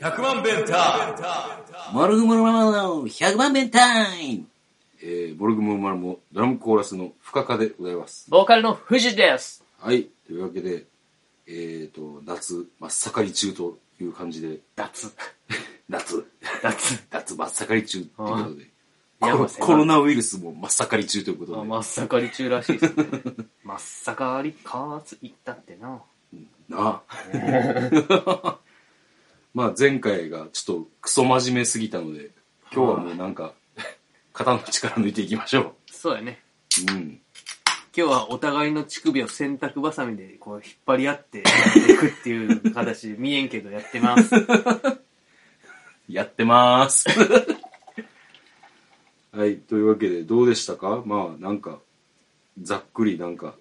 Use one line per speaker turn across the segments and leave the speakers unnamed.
100万弁タ
モルグモルママの100番弁タイム
えー、ボルグムーマルもドラムコーラスの深カでございます。
ボーカルの藤です。
はい。というわけで、えーと、夏、真っ盛り中という感じで、
脱。
夏、
脱。
夏真っ盛り中ということで、
あ
コ
ーいや
ロ
まあ
コロナウイルスも真っ盛り中ということで、
真っ盛り中らしいですね。 真っ盛りかーつ行ったってな。
なあ。まあ前回がちょっとクソ真面目すぎたので、今日はもうなんか、肩の力抜いていきましょ
そうやね。
う。うん。
今日はお互いの乳首を洗濯バサミでこう引っ張り合ってやっていくっていう形で見えんけどやって ます。
やってまーす。 はい、というわけでどうでしたかまあなんか、ざっくりなんか、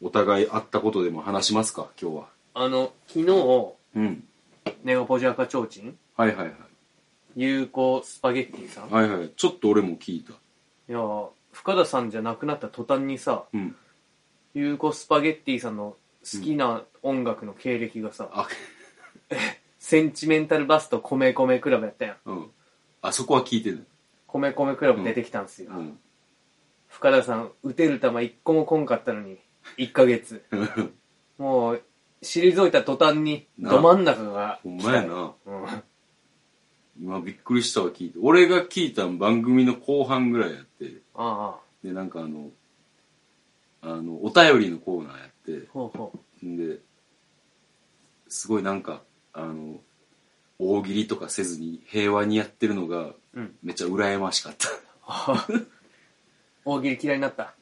お互い会ったことでも話しますか今日は。
あの、昨日、
うん。
ネガポジアカチョウチン、
はいはいはい。
有効スパゲッティさん。い
はいはい。ちょっと俺も聞いた。
やー、深田さんじゃなくなった途端にさ、
うん。
有効スパゲッティさんの好きな音楽の経歴がさ、
あ、
センチメンタルバスと米米クラブやったやん。
うん。あそこは聞いてない。
米米クラブ出てきたんすよ。
うん。
深田さん、打てる球一個もこんかったのに、1ヶ月。 もう、退いた途端に、
な
ど真ん中が
ほん
来
ま
た
や
よ。
な。
うん。
今びっくりしたわ聞いて俺が聞いたん番組の後半ぐらいやって
ああ、
でなんかあのあのお便りのコーナーやって
ほうほう。
んですごいなんかあの大喜利とかせずに平和にやってるのが
うん。
めっちゃ羨ましかった
大喜利嫌いになった。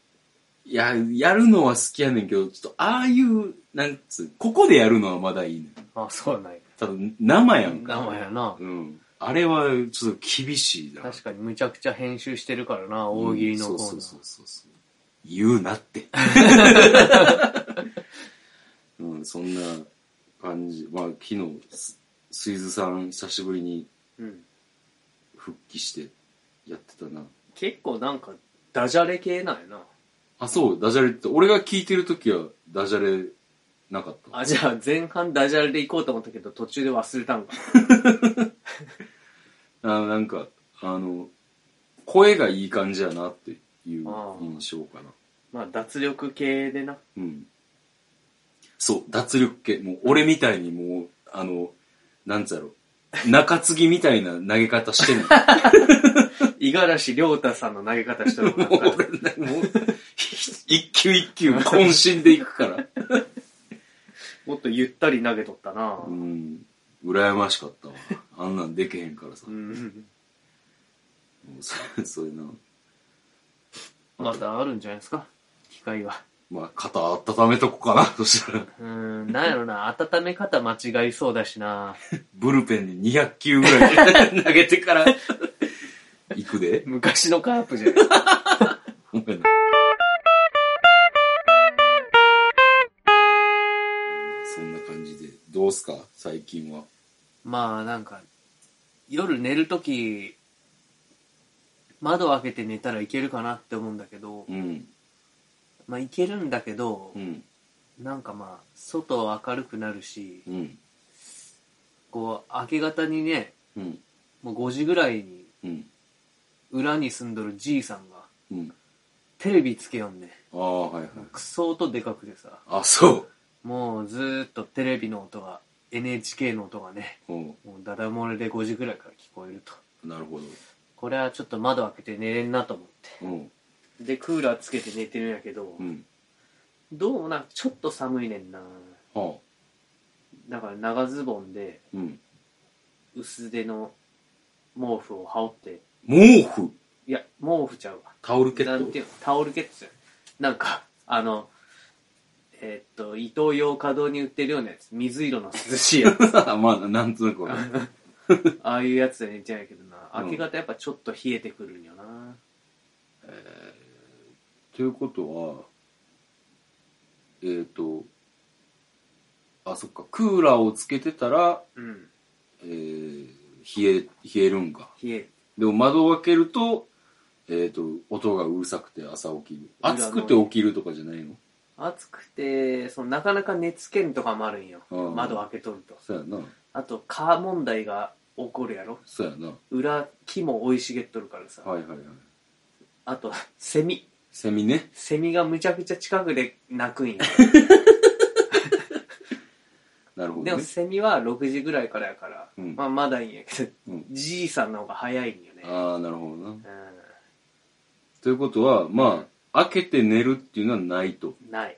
いややるのは好きやねんけどちょっとああいうなんつうここでやるのはまだいいねん
ああ、そうなんや。
ただ生やんか
生やな。
うんあれはちょっと厳しいな
確かにむちゃくちゃ編集してるからな、大喜利のコー
う
ナー。
んそうそうそうそう言うなって、 うん、そんな感じまあ昨日すスイズさん久しぶりに
うん
復帰してやってたな
結構なんか、ダジャレ系なんやな。
あそうダジャレって俺が聞いてる時はダジャレなかった
あ、じゃあ前半ダジャレで行こうと思ったけど、途中で忘れたんか。
あなんかあの声がいい感じやなっていう
あー
印象かな
まあ、脱力系でな。
うん。そう、脱力系。もう、俺みたいにもう、あの、なんつうやろ中継ぎみたいな投げ方してない。
五十嵐亮太さんの投げ方してる も ん
もう
なんか
俺ね、もう、一球一球渾身でいく から。
もっとゆったり投げとったな。
うん。羨ましかったわ。あんなんでけへんからさ。も
ん。
うそ そういうな。
またあるんじゃないですか機械は。
まあ、肩温めとこかな、 としたら。
うーん、なんやろな、温め方間違いそうだしな。
ブルペンに200球ぐらい 投げてから、行くで。
昔のカープじゃない
お前なそんな感じで、どうすか最近は。
まあ、なんか、夜寝るとき、窓開けて寝たらいけるかなって思うんだけど、
うん。
まあいけるんだけど
う、ん。
なんかまあ、外明るくなるし、
うん。
こう、明け方にね、
うん。
もう5時ぐらいに、
うん。
裏に住んどるじいさんが、
うん。
テレビつけよんね。
ああ、はいはい。
クソ音でかくてさ、
あ、そ
もうずーっとテレビの音が、NHK の音がね、
う。うん。
もうダダ漏れで5時ぐらいから聞こえると。
なるほ
これはちょっと窓開けて寝れんなと思って。
ど。うん。
で、クーラーつけて寝てるんやけど、
うん。
どうもなんかちょっと寒いねんな。
はあ。
だから長ズボンで、
うん。
薄手の毛布を羽織って、
毛布
いや、毛布ちゃうわ。
タオルケ
な
ッ
んてい
ト
うのタオルケットじゃんなんかあのえーっと伊東洋華堂に売ってるようなやつ水色の涼しいやつ
まあ、なんとなくわかる
ああいうやつで寝ちゃうんやけどな
うん
明け方やっぱちょっと冷えてくるんよな、
ということは、えっ、と、あ、そっか、クーラーをつけてたら、
うん
えー、冷え、冷えるんか。
冷え
でも窓を開けると、えっ、と、音がうるさくて朝起きる。
裏の
暑くて起きるとかじゃないの
暑くてそのなかなか寝つけんとかもあるんよ
うん
窓開けとると
そうやな
あと蚊問題が起こるやろ
そうやな
裏木も生い茂っとるからさ、
はいはいはい
あとセミ
セミね
セミがむちゃくちゃ近くで鳴くんよ
なるほ
で
ど
も
ね
セミは6時ぐらいからやから、
うん
まあ、まだいいんやけど、
うん
じいさんの方が早いんよね
ああなるほどな
う
ということはまあ開けて寝るっていうのはないと
んない、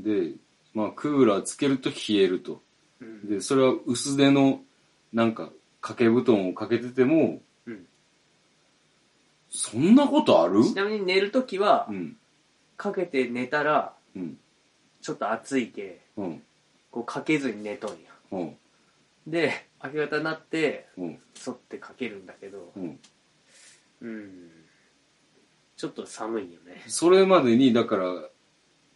でまあクーラーつけると冷えると
うん
でそれは薄手のなんか掛け布団をかけてても
うん
そんなことある
ちなみに寝るときは
うん
かけて寝たら
うん
ちょっと暑いけ
うん
こうかけずに寝とんや
うん
で明け方になって
うん
そってかけるんだけど
うん
うんちょっと寒いよね
それまでにだから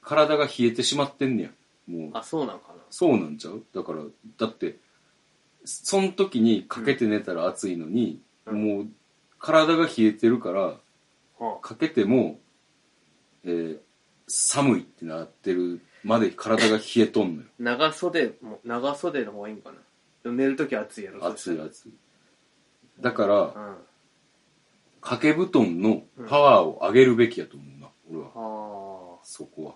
体が冷えてしまってんねやもう
あそうなのかな
そうなんちゃうだからだってその時にかけて寝たら暑いのに、
うん
もう体が冷えてるから
は
かけても、えー寒いってなってるまで体が冷えとんのよ
あ長袖も長袖の方がいいんかなでも寝るとき暑いやろ
暑い
そし
暑いだか
た
ら
らうん
掛け布団のパワーを上げるべきやと思うな俺は
あ
そこは、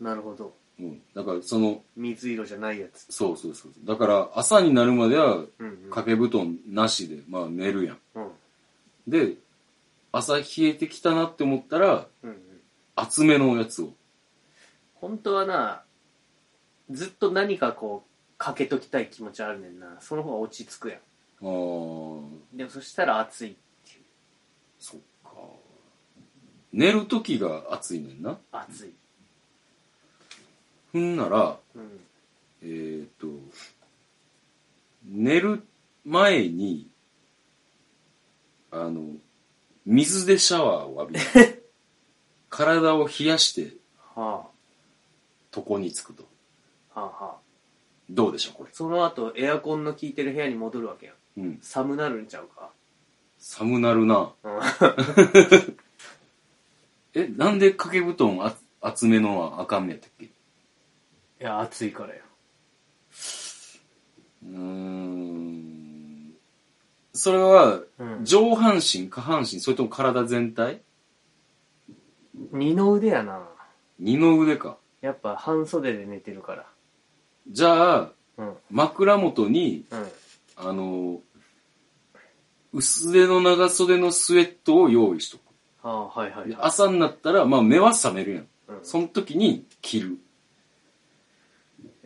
あなるほど
うん、だからその
水色じゃないやつ
そうそうそうだから朝になるまでは
うんうん
掛け布団なしで、まあ寝るやん
うん
で朝冷えてきたなって思ったら
うんうん
厚めのやつを
本当はなずっと何かこうかけときたい気持ちあるねんなその方が落ち着くや
あー
んでもそしたら暑いっていう
そっか寝る時が暑いねんな
暑い
ふんなら
うん
えっ、と寝る前にあの水でシャワーを浴びる体を冷やして
は
床につくと
あはあはあ
どうでしょうこれ、
その後エアコンの効いてる部屋に戻るわけやん
うん、
寒なるんちゃうか
寒なるな
う
えなんで掛け布団あ厚めのはあかんねやったっけ
んいや暑いからや
うーんそれは
うん
上半身、下半身、それとも体全体
二の腕やな
二の腕か。
やっぱ半袖で寝てるから
じゃあ、
うん
枕元に、
うん
あの、薄手の長袖のスウェットを用意しとく。
ああはいはい
で
はい
朝になったら、まあ目は覚めるやん。
うん
その時に着る。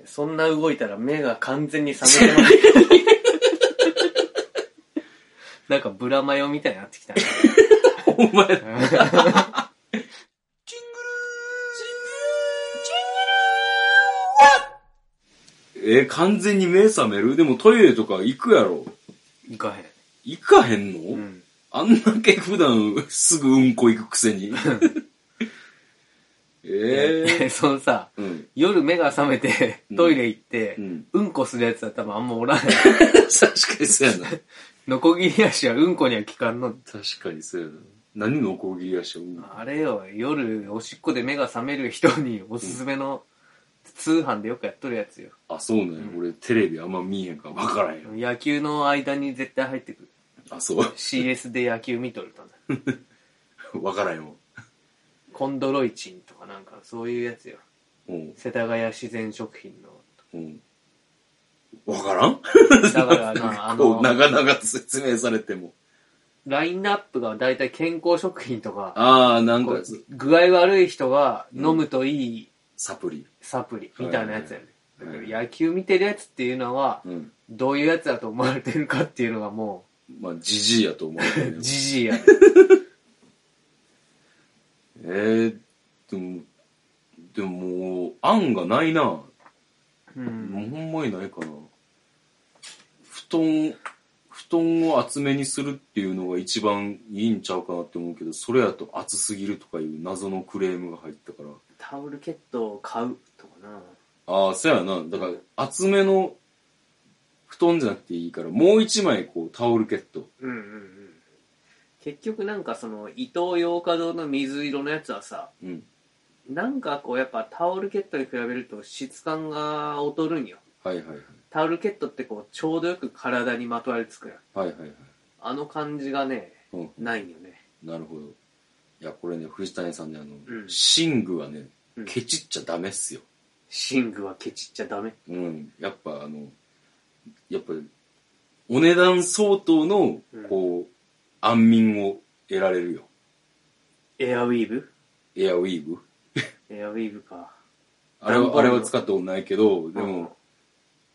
そんな動いたら目が完全に覚めてます。 なんかブラマヨみたいになって きたね。
お前、えー完全に目覚めるでもトイレとか行くやろ。
いかへ
行かへんの、
ん。うん。
あんだけ普段すぐうんこ行くくせに。ええ
そのさ、
うん。
夜目が覚めて
うん
トイレ行って、
う
うん
ん。
こするやつは多分あんまおらない。
確かにそうやな。
ノコギリ足はうんこには効かんの。
確かにそうやな。何のこぎやしょ、うん
あれよ、夜おしっこで目が覚める人におすすめの、通販でよくやっとるやつよ。
あ、そうなんや。
うん
俺テレビあんま見えへんから分からへんよ。
野球の間に絶対入ってくる。
あ、そう。
CS で野球見とるとね。
分からへんわ。
コンドロイチンとかなんかそういうやつよ。
うん。
世田谷自然食品 の。
うん。分からん
だからな、あ
こ
の
う、、 長々と説明されても。
ラインナップがだいたい健康食品とか、
ああ、なん
こ
か
う、具合悪い人が飲むといい
サプリ。
サプリみたいなやつやね。
はい
だ
はいはい
から野球見てるやつっていうのは、
うん。
どういうやつだと思われてるかっていうのがも
まあ、じじいやと思うけど
う、。じじいやね。
えー、でも、でももう、案がないな。
う。
もうんほんまにないかな。布団、布団を厚めにするっていうのが一番いいんちゃうかなって思うけど、それやと厚すぎるとかいう謎のクレームが入ったから。
タオルケットを買うとかな。
ああ、そやな。だから、厚めの布団じゃなくていいから、もう一枚こうタオルケット。
うんうんうん。結局なんかその、伊東洋華堂の水色のやつはさ、
うん。
なんかこうやっぱタオルケットに比べると質感が劣るんよ
はいはいはい。
タオルケットってこうちょうどよく体にまとわりつくやん
はいはいはい。
あの感じがね
うん。
ないんよね
なるほど。いや、これね、藤谷さんね、あの、
うん
寝具はね
うん、
ケチっちゃダメっすよ。
寝具はケチっちゃダメ
うん。やっぱあの、やっぱ、お値段相当の
うん、
こう、安眠を得られるよ。
エアウィーブ
エアウィーブ。
エアウィーブか
あれ
段ボール
は、
の
あれは使ったことないけど、でも、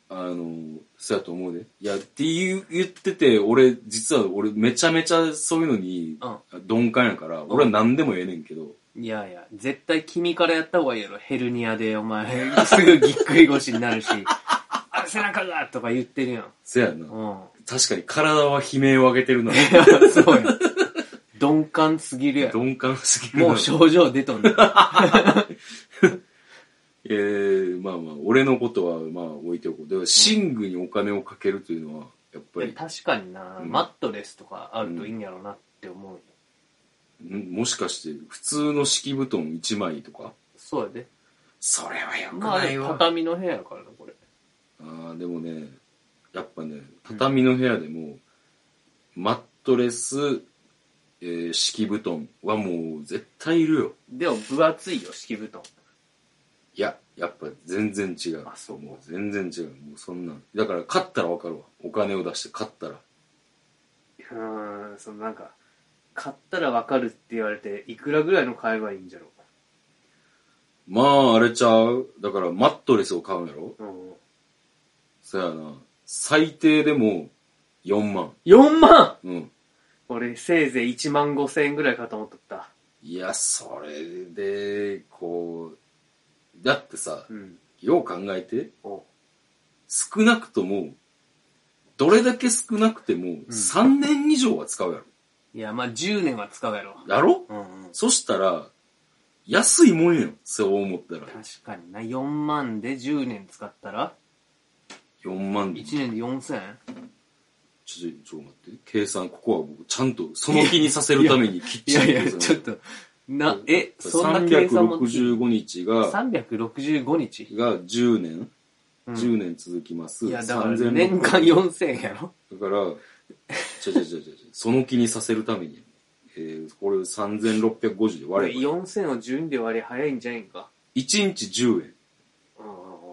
あの、そうやと思うで。いや、っていう言ってて、俺、実は俺めちゃめちゃそういうのに
うん、
鈍感やから、俺は何でもええねんけど、
いやいや、絶対君からやった方がいいやろ。ヘルニアで、お前、 すぐぎっくり腰になるし、あ、背中がとか言ってるやん。
せやな。
うん。
確かに体は悲鳴を上げてるな。
そうや。鈍感すぎるやろ。
鈍感すぎるな。
もう症状出とんねん。
えー、まあまあ、俺のことはまあ置いておこう。でも、寝具にお金をかけるというのは、やっぱり、
確かにな、
うん
マットレスとかあるといいんやろうなって思うよ。
んもしかして、普通の敷布団1枚とか
そうやで。
それはよく
まあ
な
で
い
も
わ。あ
畳の部屋やからな、これ。
ーでもね、やっぱね、畳の部屋でも、マットレス、えー敷布団はもう絶対いるよ。
でも分厚いよ、敷布団。
いや、やっぱ全然違う。
あそう
もう全然違う。もうそんなん。だから、買ったらわかるわ。お金を出して買ったら。
うーん、そのなんか、買ったらわかるって言われて、いくらぐらいの買えばいいんじゃろ
まあ、あれちゃう。だから、マットレスを買うんやろ
う。うん。
そやな。最低でも、4万。
4万
うん。
俺せいぜい1万5千円ぐらいかと思っとった
いや、それで、こう、だってさ、
うん
よう考えて、
お
少なくとも、どれだけ少なくても、3年以上は使うやろ。
いやまあ10年は使うやろ
やろ
うん、うん、
そしたら、安いもんよ。そう思ったら。
確かにな4万で10年使ったら
4万
1
ちょ
年で4000円
ちょ、ちょ、待って。計算、ここは僕、ちゃんと、その気にさせるために、きっちり計算
となえそんな計算も
365日が、
365日、
が10年、
うん
10年続きます。
いやだから
3600
年間4000円やろ
だから、ちゃちゃちゃちゃ、 その気にさせるために、えー、これ3650で
こ
割
れ
れば、
4000を12で割り早いんじゃいんか
1日10円。
うんうんう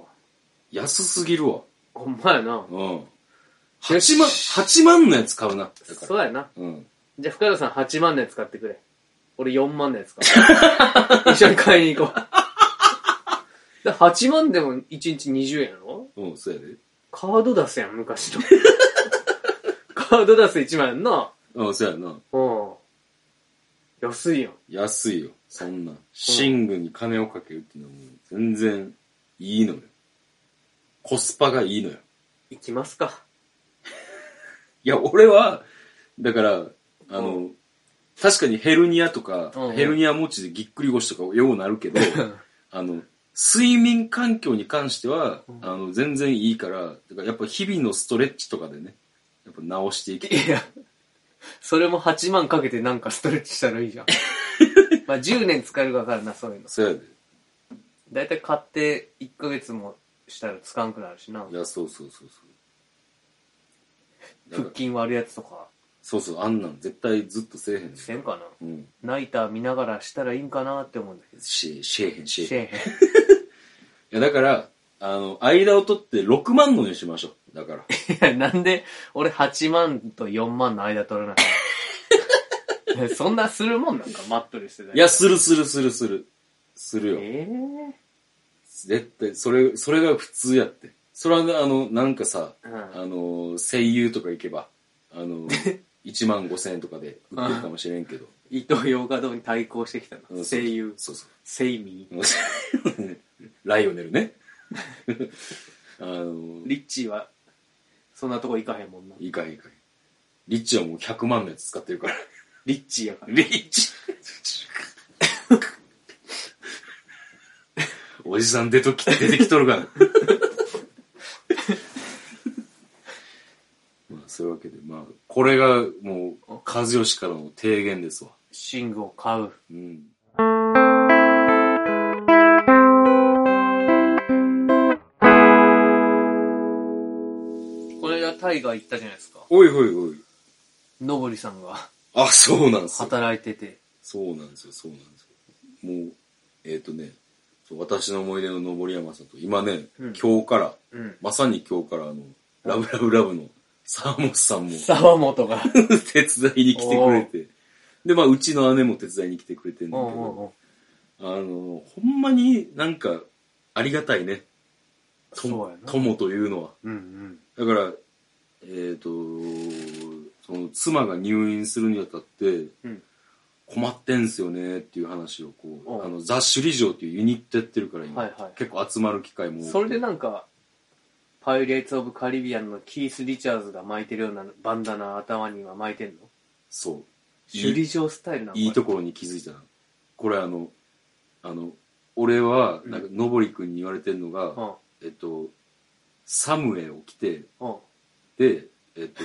ん
安すぎるわ。
ほんまやな
うん。8万、八万のやつ買うな。だから。
そうやな
うん。
じゃあ深田さん8万のやつ買ってくれ俺4万のやつ買 う一緒に買いに行こうで8万でも1日20円やろ
うん、そうやで。
カード出すやん昔 のカード出す1万やんな
うん、そうやな。
うん安いやん
安いよ。そんな。寝具に金をかけるっていうのはもう全然いいのよ。コスパがいいのよ。
行きます か
いや、俺は、だから、あ
う
の、確かにヘルニアとか
うんう、ん
ヘルニア持ちでぎっくり腰とかようなるけど、あの、睡眠環境に関しては、あの、全然いいから、だからやっぱ日々のストレッチとかでね、やっぱ直していきたい。
いやそれも8万かけてなんかストレッチしたらいい じゃんまあ10年使えるか分からんなそういうの
そうやで。
だいたい買って1ヶ月もしたら使わんくなるしない
や、そうそうそうそう。だ
腹
から
筋割るやつとか
そうそう、あんなん絶対ずっとせえへんねん
せんかな
うん。
ナイター見ながらしたらいいんかなって思うんだけど。
し、しえへん、しえへん。い
シェーヘ
や、
ン。
だから、あの、間を取って6万のにしましょう。だから。
いや、なん で俺8万と4万の間取らなきゃいや そんなするもんなんか、マットレスで。
いや、、するするするする。するよ。
え
絶対、それ、それが普通やって。それはね、あの、なんかさ、
え
あの、声優とか行けば、あ の、1万5千円とかで売ってるかもしれんけど。
伊藤洋華堂に対抗してきた
うん
な。声優、
そうそう。
セイミー。
ライオネル ね。あの、
リッチーは、そんなとこ行かへんもんな。
いいかいいいかい。リッチはもう100万のやつ使ってるから。
リッチーやから。
リッチおじさん出とき、出てきとるから。 まあ、そういうわけで、まあ、これがもう、和義からの提言ですわ。
寝具を買う。
うん。
タイガー行ったじゃないですか。
おいおいおい。
のぼりさんが
あ、そうなんですよ。
働いてて。
そうなんですよ、そうなんですよ。もう、えっ、とね、そう私の思い出の登山さんと、今ね、
うん
今日から、
うん。
まさに今日からあの、ラブラブラブの沢本さんも
沢本 が。
手伝いに来てくれて、で、まあ、うちの姉も手伝いに来てくれてんだ
うん
け
うんう
ど、
ん。
あの、ほんまになんか、ありがたいね。と
そうやな。
友というのは。
うんうん。
だから、えっ、と、その妻が入院するにあたって、
うん
困ってんすよねっていう話をこう、
うん
あの、ザ・首里城っていうユニットやってるから今、
はいはい
結構集まる機会も多くて
それでなんか、パイレーツ・オブ・カリビアンのキース・リチャーズが巻いてるようなバンダナ頭には巻いてんの
そう。
首里城スタイルなの
いいと
こ。
ころに気づいたな。これあの、あの、俺は、なんか、のぼりくんに言われてるのが、えっと、サムエを着て、
うん。うん。
で、えっと、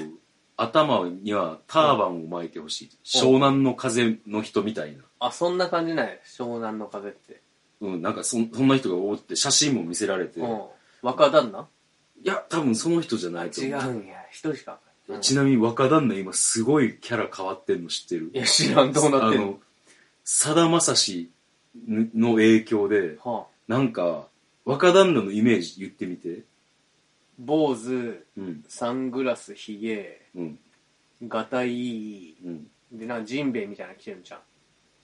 頭にはターバンを巻いてほしい。湘南の風の人みたいな。
あ、そんな感じない湘南の風って。
うん、なんかそんそんな人がおって写真も見せられて、
うん。若旦那
いや、多分その人じゃないと
違
思う。
うんや。一人しか。うん
ちなみに若旦那今すごいキャラ変わってんの知ってる
いや、知らん。どうなってん
あ
の
さだまさしの影響で、
はあ、
なんか、若旦那のイメージ言ってみて。
坊主、
うん、
サングラス、ヒゲ、
うん、
ガタイいい、
うん。
で、なんかジンベエみたいなの着てるじゃん。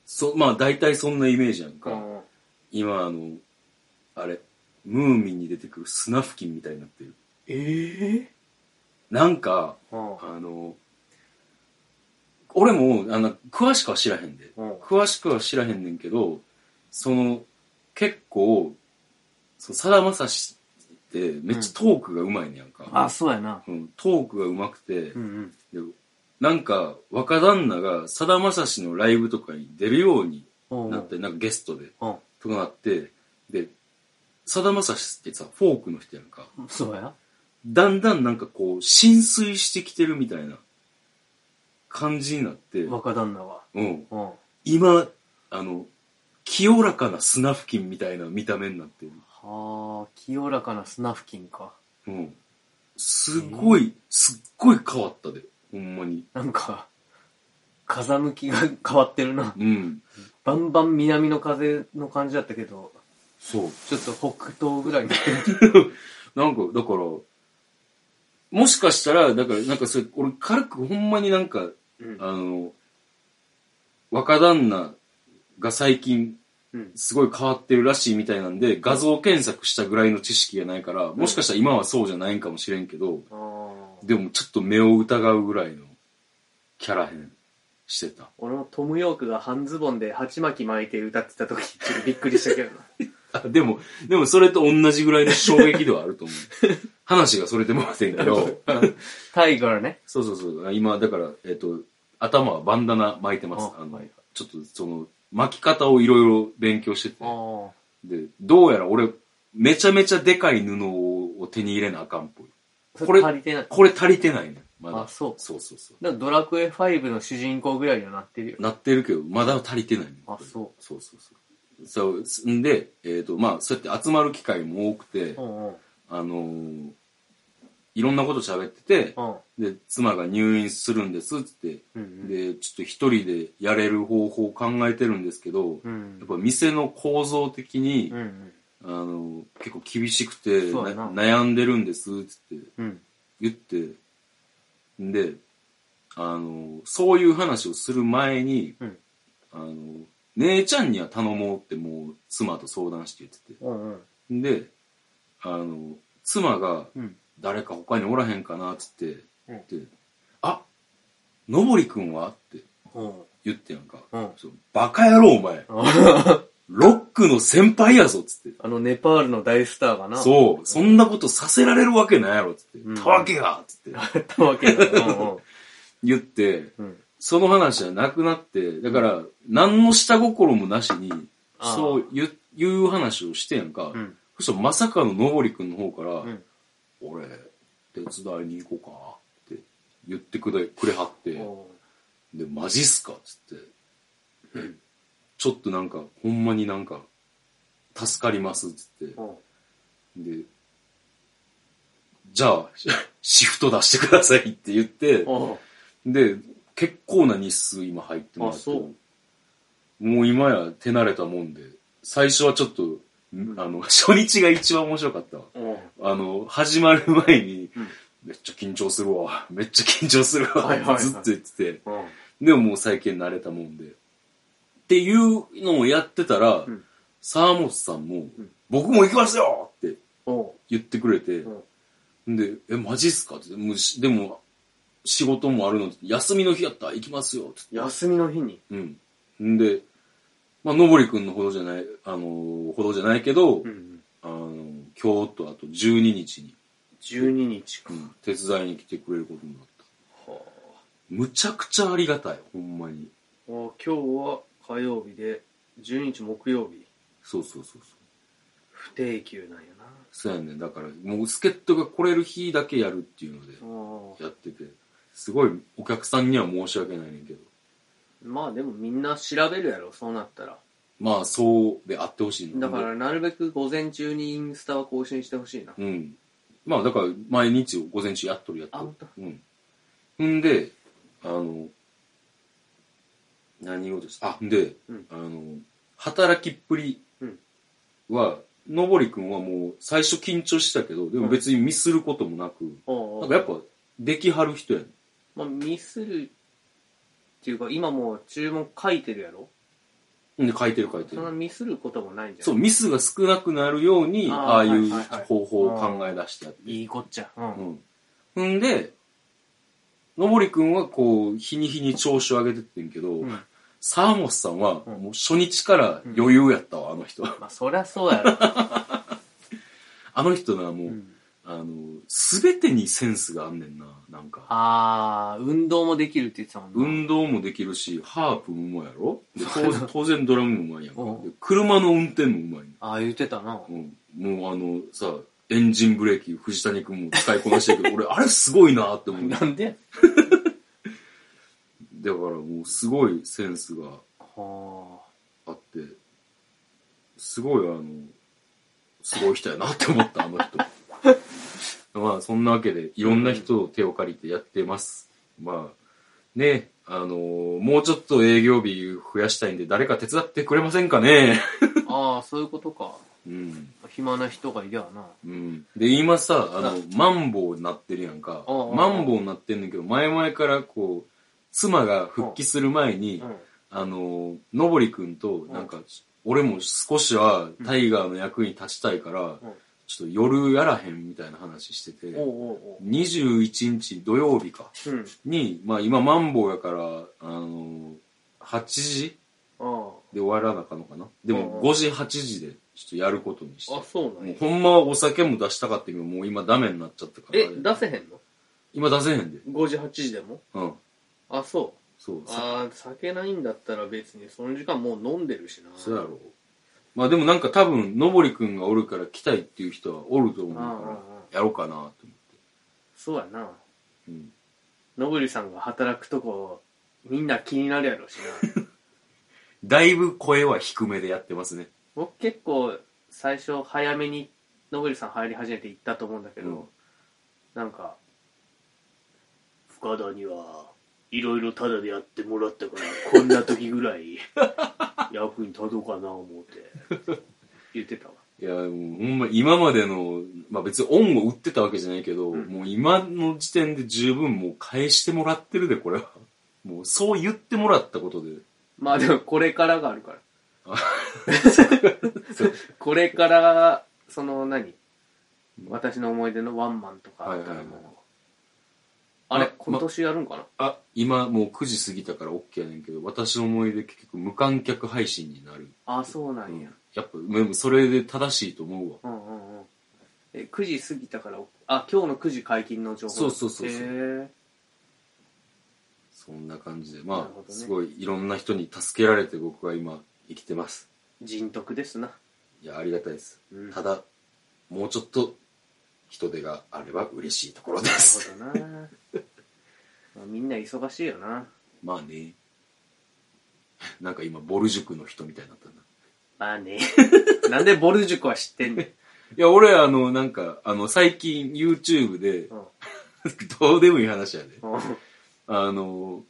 そ、まあ大体そんなイメージやんか。
うん。
今あの、あれ、ムーミンに出てくる砂付近みたいになってる。
ええ
なんか、
うん。
あの、俺も、あの、詳しくは知らへんで。
うん。
詳しくは知らへんねんけど、その、結構、そのさだまさしってめっちゃトークがうまいねやんか。
そうやな。
うんトークがうまくて
う、んうん。
でなんか、若旦那がさだまさしのライブとかに出るように
うん
なって、なんかゲストで、
うん。
とかなって、で、さだまさしってさ、フォークの人やんか。
そうや。
だんだんなんかこう、浸水してきてるみたいな感じになって、
若旦那は。
うん。
うん。
今、あの、清らかな砂付近みたいな見た目になってる。
はあ、清らかな砂付近か。
うん。すごい、すっごい変わったで。ほんまに。
なんか、風向きが 変わってるな。
うん。
バンバン南の風の感じだったけど、
そう。
ちょっと北東ぐらいに。
なんか、だから、もしかしたら、だから、なんかそれ、俺軽くほんまになんか、
うん
あの、若旦那が最近
うん。
すごい変わってるらしいみたいなんで、画像検索したぐらいの知識がないから、もしかしたら今はそうじゃないんかもしれんけど、
ああ。
でもちょっと目を疑うぐらいのキャラ変してた。
俺もトム・ヨークが半ズボンで鉢巻き巻いて歌ってた時、ちょっとびっくりしたけど な。
あ でも、でもそれと同じぐらいの衝撃度はあると 思う。話がそれてませんけど、
タイガーね。
そうそうそう、今だから、えっ、と、頭はバンダナ巻いてます。
あ
あの
はいはい
ちょっとその、巻き方をいろいろ勉強してて、
あ
で、どうやら俺、めちゃめちゃでかい布を手に入れなあかんっぽい。
あ。
これ
足りてない。
これ足りてないね。まだ。
あそう
そうそうそ
だからドラクエ5の主人公ぐらいにはなってるよ
う。。なってるけど、まだ足りてないね、。
あそう
そうそうそう。そう、すんで、えっ、と、まあ、そうやって集まる機会も多くて、
うんうん。
あのーいろんなこと喋ってて、
うん。
で、妻が入院するんですっつって、
うん
で、ちょっと一人でやれる方法を考えてるんですけど、
う
やっ
ん。
ぱ店の構造的に、
うんうん。
あのー結構厳しくて、
そうやな
な悩んでるんですっつって、
うん。
言って、んで、あの、そういう話をする前に、
うん
あの、姉ちゃんには頼もうってもう妻と相談して言
うんうん。
ってて。で、あの、妻が
うん。
誰か他におらへんかなっつって、
うん
であ、のぼりくんはって
うん。
言ってやんか。
うん
そうバカ野郎お前、ロックの先輩やぞっつって。
あの、ネパールの大スターがな。う。
そう、そんなことさせられるわけないやろっつって
う。ん
たわけがっつって
やったわけだ。うん
言って、
うん。うん。
その話はなくなって、だから、何の下心もなしに、
あー
そう言う言う話をしてやんか。
うん。
そしたらまさかののぼりくんの方から、
うん
俺、手伝いに行こうかって言ってくれくれはって、
お
で、マジっすかっつって、ちょっとなんか、ほんまになんか、助かりますっつって
う、おう
で、じゃあ、しシフト出してくださいって言って、
あ
で、結構な日数今入ってますけど
あそ
もう今や手慣れたもんで、最初はちょっと、んあの、 初日が一番面白かったわ。
あうん
あの、始まる前に、
うん
めっちゃ緊張するわ、めっちゃ緊張するわ、
はいはいはい
ずっと言ってて、
うん
でももう最近慣れたもんで。っていうのをやってたら、
うん
沢本さんも、
ん
僕も行きますよって
おう
言ってくれて、で、え、マジっすかって、もうしでも、仕事もあるので、休みの日やったら行きますよって。
休みの日に
うん。んで、まあ、のぼりくんのほどじゃない、あのーほどじゃないけど、
うん
あのー今日とあと12日に、
12日か
うん手伝いに来てくれることになった。むちゃくちゃありがたい、ほんまに。
あ今日は火曜日で12日木曜日
そうそうそうそう。
不定休なんやな
そうやねんだから、もう助っ人が来れる日だけやるっていうので、
あ
やってて、すごいお客さんには申し訳ないねんけど、
まあでもみんな調べるやろそうなったら
まあ、そうであってほしいな
だからなるべく午前中にインスタは更新してほしいな
うん。まあだから毎日午前中やっとるやっ
あ本
と
当
る。うん。んで、あの、何をですあ、んで、
うん
あの、働きっぷりは、のぼりくんはもう最初緊張してたけど、でも別にミスることもなく、
おうおう
なんかやっぱできはる人やねん。
まあ、ミスるっていうか今もう注文書いてるやろ
うんで書いてる書いて
そんな
る。
ミスることもないんじゃ
そう、
ない
ミスが少なくなるように、
あー
ああいう
はいはいはい
方法を考え出してやって。
いいこっちゃう
うんん。ほんで、のぼりくんはこう、日に日に調子を上げてってんけど、
うん
沢本さんは
うん
もう初日から余裕やったわ、あの人。
まあそりゃそうやろ、
あの人な、もう、あの、すべてにセンスがあんねんな、なんか。
ああ運動もできるって言ってたもんな
運動もできるし、ハープもうまいやろで当当然ドラムもうまいやんか
うん
で車の運転もうまいね
ああ言ってたな、
ん、うん。もうあの、さ、エンジンブレーキ、藤谷くんも使いこなしてるけど、俺、あれすごいなって思う。
なんで
だからもうすごいセンスが
は
あって、すごいあの、すごい人やなって思った、あの人。 まあ、そんなわけで、いろんな人を手を借りてやってます。まあ、ね、あのーもうちょっと営業日増やしたいんで、誰か手伝ってくれませんかね
あああそういうことか
うん。
暇な人がいりゃあな
うん。で、今さ、あの、マンボウになってるやんか。
うんうんうん
マンボウになってんねんけど、前々からこう、妻が復帰する前に、
うん
あの、のぼりくんと、なんか、俺も少しはタイガーの役に立ちたいから、ちょっと夜やらへんみたいな話してて、
おうおうおう
21日土曜日か、
うん
に、まあ今マンボウやから、あの、8時
あ
で終わらなあかんのかな。で
うんう
も
ん
5時、8時でちょっとやることにして。
ああそうなん
も
や
うほんまはお酒も出したかったけど、もう今ダメになっちゃったから。
え出せへんの
今出せへんで。
5時8時でも
うん。
あそう
そう。さ
ああ酒ないんだったら別にその時間もう飲んでるしな
そうやろう。まあでもなんか多分、のぼりくんがおるから来たいっていう人はおると思う
あああ
か
あ
ら。やろうかなと思って。
そうやな
うん。
のぶりさんが働くとこみんな気になるやろし な
だいぶ声は低めでやってますね。
僕結構最初早めにのぶりさん入り始めて行ったと思うんだけど、
うん
なんか
深田にはいろいろタダでやってもらったからこんな時ぐら い役に立とうかな思って
言ってたわ
いや、もうほんま今までの、まあ別に恩を売ってたわけじゃないけど、
ん
もう今の時点で十分もう返してもらってるで、これは。もうそう言ってもらったことで。
まあでもこれからがあるから
あ
これからその何私の思い出のワンマンとかあった
は
らもう、
いはいはい
あれ、
ま
今年やるんかな、
あ、今もう9時過ぎたから OK やねんけど、私の思い出結局無観客配信になる。
ああそうな
うんん
や、
やっぱ、でもそれで正しいと思うわ。
うんうんうんえ9時過ぎたからあ今日の9時解禁の情報
そうそうそう
へ
そう
え
そんな感じで、
な
ま
るほ
あ、
どね
すごいいろんな人に助けられて僕は今生きてます。
人徳ですない
や、ありがたいです。
うん
ただ、もうちょっと人手があれば嬉しいところです。
な るほどなまあみんな忙しいよな
まあね。 なんか今、ボル塾の人みたいになったな。
まあね なんでボル塾は知ってんねん
いや、俺、あの、なんか、あの、最近 YouTube で、
うん
どうでもいい話やで。
うん
あの、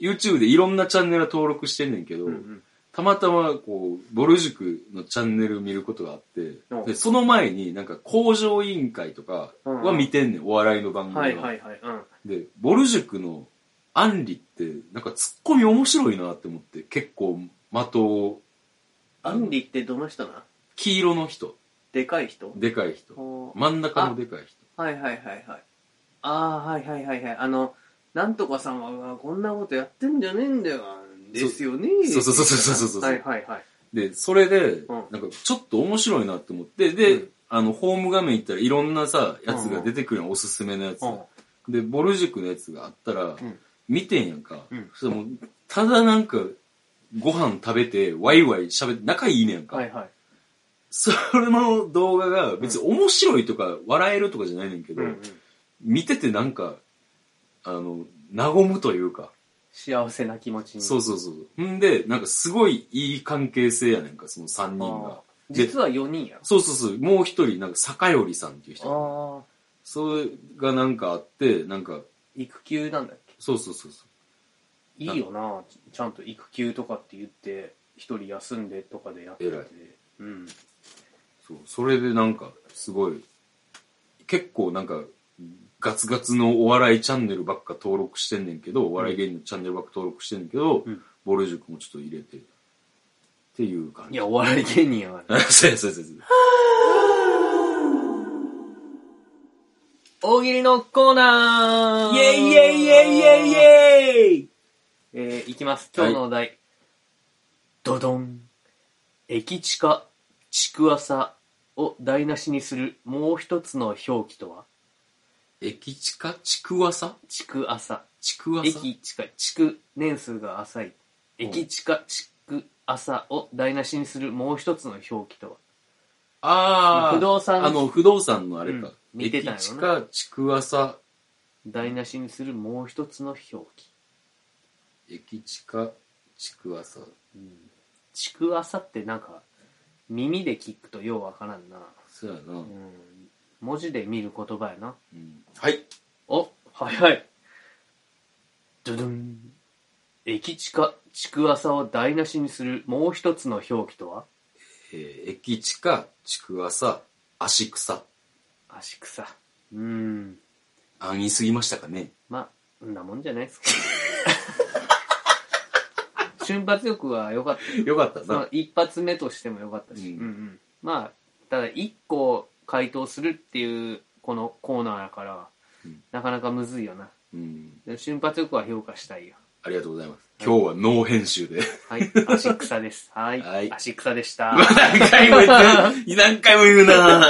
YouTube でいろんなチャンネル登録してんねんけど、
うん
たまたま、こう、ぼる塾のチャンネル見ることがあって
うん、
でその前になんか工場委員会とかは見てんねん、お笑いの番
うん
組
はいは
はい
はい。うん。
で、ぼる塾のアンリって、なんかツッコミ面白いなって思って、結構、的を、
アンリってどの人な
黄色の人、
でかい人
でかい人、
こう
真ん中のでかい人。
はいはいはいはい。ああ、はいはいはいはい。あの、なんとかさんはうわ、こんなことやってんじゃねえんだよ。ですよね。
そうそうそうそうそうそうそう
はいはいはい。
で、それで
ん、
なんかちょっと面白いなって思って、で、
うん
あの、ホーム画面行ったらいろんなさ、やつが出てくるの、おすすめのやつ
うん
が。で、ボル塾のやつがあったら
ん、
見てんやんか
うん。
そしたらもうただなんか、ご飯食べて、ワイワイ喋って、仲いいねやんか
は。いはい。
それの動画が別に面白いとか笑えるとかじゃないねんけど、
うんうん。
見ててなんか、あの、和むというか、
幸せな気持ちに。
そうそうそう。んで、なんかすごいいい関係性やねんか、その3人が
あ。ー実は4人や
そうそうそう、もう一人、なんか坂寄さんっていう人。
ろ。ああ、
それがなんかあって、なんか、
育休なんだっけ
そうそうそうそ
いいよなちちゃんと育休とかって言って一人休んでとかでやってて
偉い
うん
う。そうそれでなんか、すごい、結構なんか、ガツガツのお笑いチャンネルばっか登録してんねんけど、お笑い芸人のチャンネルばっか登録してんねんけど、
うん
ボル塾もちょっと入れて、っていう感じ。
いやお笑い芸人やから
あ そうやそうやそうや。
大喜利のコーナー
イエイイエイイエイイエイイ
イ
エイ
えー、いきます今日のお題、ドドン駅地下ちくわさを台無しにするもう一つの表記とは
駅地下ちくわさ
ちくあさ
ちくわさ
駅地下地区年数が浅い駅地下地区朝を台無しにするもう一つの表記とは
ああ。
不動産
あの、不動産のあれか。
うん見てたんや
駅地
ろな
下ちくわさ
台無しにするもう一つの表記
駅近ちくわさ
ちくわさってなんか耳で聞くとようわからんな、
そうやな、
うん、文字で見る言葉やな
うんはい
お早いドドン駅地下ちくわさを台無しにするもう一つの表記とは
えー、駅近ちくわさ足草
足草うん
安易すぎましたかね
まあんなもんじゃないです か瞬発力は良かった
よかった
その
な
一発目としてもよかったし、
うん
うんまあただ1個回答するっていうこのコーナーやから、
うん
なかなかむずいよな
うん
でも瞬発力は評価したいよ
ありがとうございます今日はノー編集 で
はい足草ですはい
はい
足草でした
何回も言って何回も言う な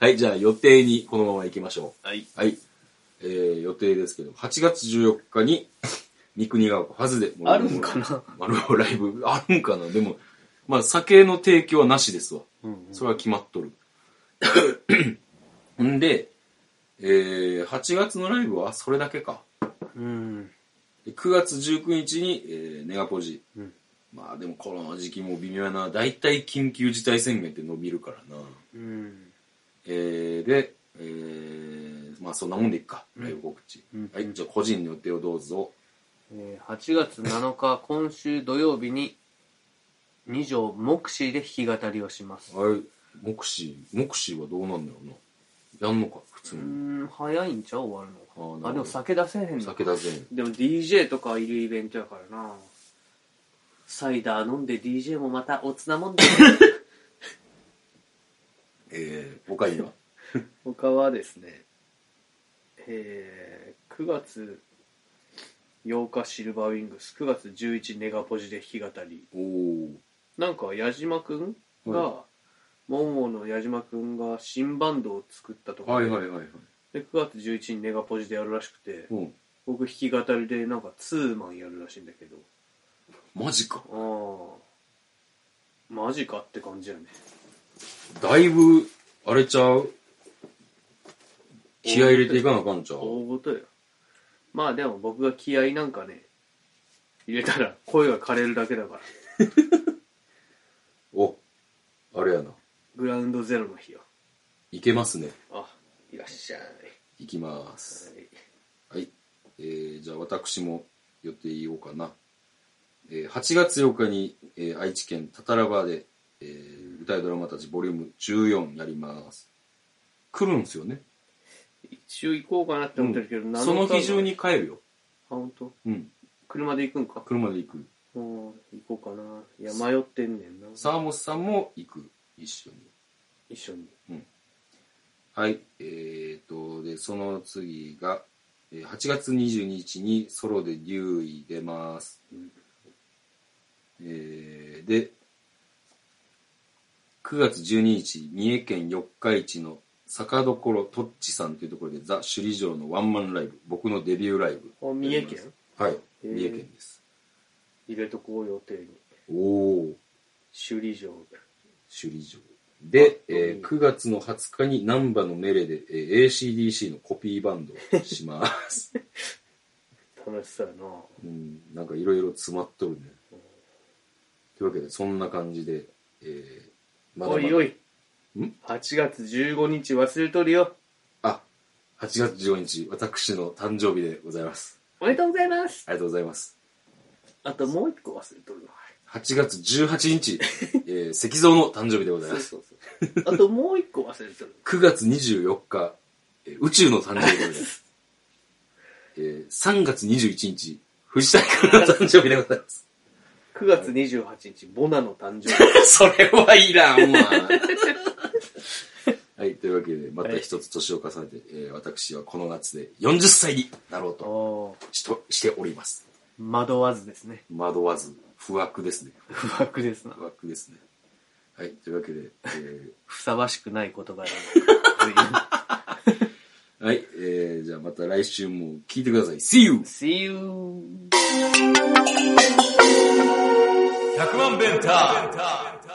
はいじゃあ予定にこのまま行きましょ
はいう
はいえー、予定ですけど8月14日に三国ヶ丘ファズで
あるんかな
丸々ライブあるんかなでもまあ酒の提供はなしですわ
うんうん
それは決まっ とる。んで、えー、8月のライブはそれだけか。
うん
で9月19日に、えーネガポジ。
うん
まあでもこの時期も微妙やな。だいたい緊急事態宣言って伸びるからな。
うん
えー、で、えー、まあそんなもんでいっか。ライブ告知。
うん
はい、じゃあ個人の予定をどうぞ。
えー8月7日今週土曜日に2条目視で弾き語りをします
あれ、目視、目視はどうなんだろうな。やんのか、普通
う
に。
ん早いんちゃう終
あー
わる
なるほ
の
ど
あでも酒出せへんの
酒だぜ。
でも DJ とかいるイベントやからなサイダー飲んで DJ もまたおつなもんで
えー、他には。
他はですねえー、9月8日シルバーウィングス9月11ネガポジで弾き語り
おー。
なんか矢島くんが、
は
モンモンの矢島くんが新バンドを作ったとか、
はいはいはいはい。
で9月11日にネガポジでやるらしくて
うん。
僕弾き語りでなんかツーマンやるらしいんだけど
マジか。
ああマジかって感じやね
だいぶ、あれちゃう気合い入れていかなあかんちゃう
大ごとよまあでも僕が気合なんかね入れたら声が枯れるだけだから
お、あれやな。
グラウンドゼロの日よ
いけますね。
あいらっしゃい
いきます。はい。えーじゃあ私も予定言おうかな。えー8月8日に、えー愛知県タタラバで、えー、歌いドラマたちボリューム14やります。来るんすよね。
一応行こうかなって思ってるけど、
その日中
に。
に帰るよ。
あ、本当？
うん。
車で行くんか。
車で行く。
うん、行こうかな。いや、迷ってんねんな。
沢本さんも行く。一緒に。
一緒に。
はい。えー、と、で、その次が、えー8月22日にソロで竜医出ます。
うん
えーで、9月12日、三重県四日市の坂所とっちさんというところで、ザ・首里城のワンマンライブ、僕のデビューライブ。
あ、三重県
はい。
ー
三重県です。
入れとこう予定に。
おお。
首里城。
首里城で、え
あ
ー
うん
9月の20日に難波のメレで、えー ACDC のコピーバンドをします、
楽しそうやな。
うん、なんかいろいろ詰まっとるねというわけでそんな感じで、えーまだま
お
だ
いおい。
ん
?8 月15日忘れとるよ。
あ8月15日私の誕生日でございます
おめでとうございます。
ありがとうございます
あともう一個忘れとるな。
8月18日、 えー石像の誕生日でござい
そう
ます
そうそう。あともう一個忘れとる。
9月24日、えー宇宙の誕生日でござい ます、えー3月21日藤田君の誕生日でございます
9月28日、ボナの誕生日。
それはいらんわ。 はい、というわけで、また一つ年を重ねて、えー私はこの夏で40歳になろうと
お
しとしております。
惑わずですね。
惑わず、不惑ですね。
不惑ですな
不。惑ですね。はい、というわけで、え
ふさわしくない言葉や な。
ーはい、えーじゃあまた来週も聞いてください。See you!
See you!
100万ベンター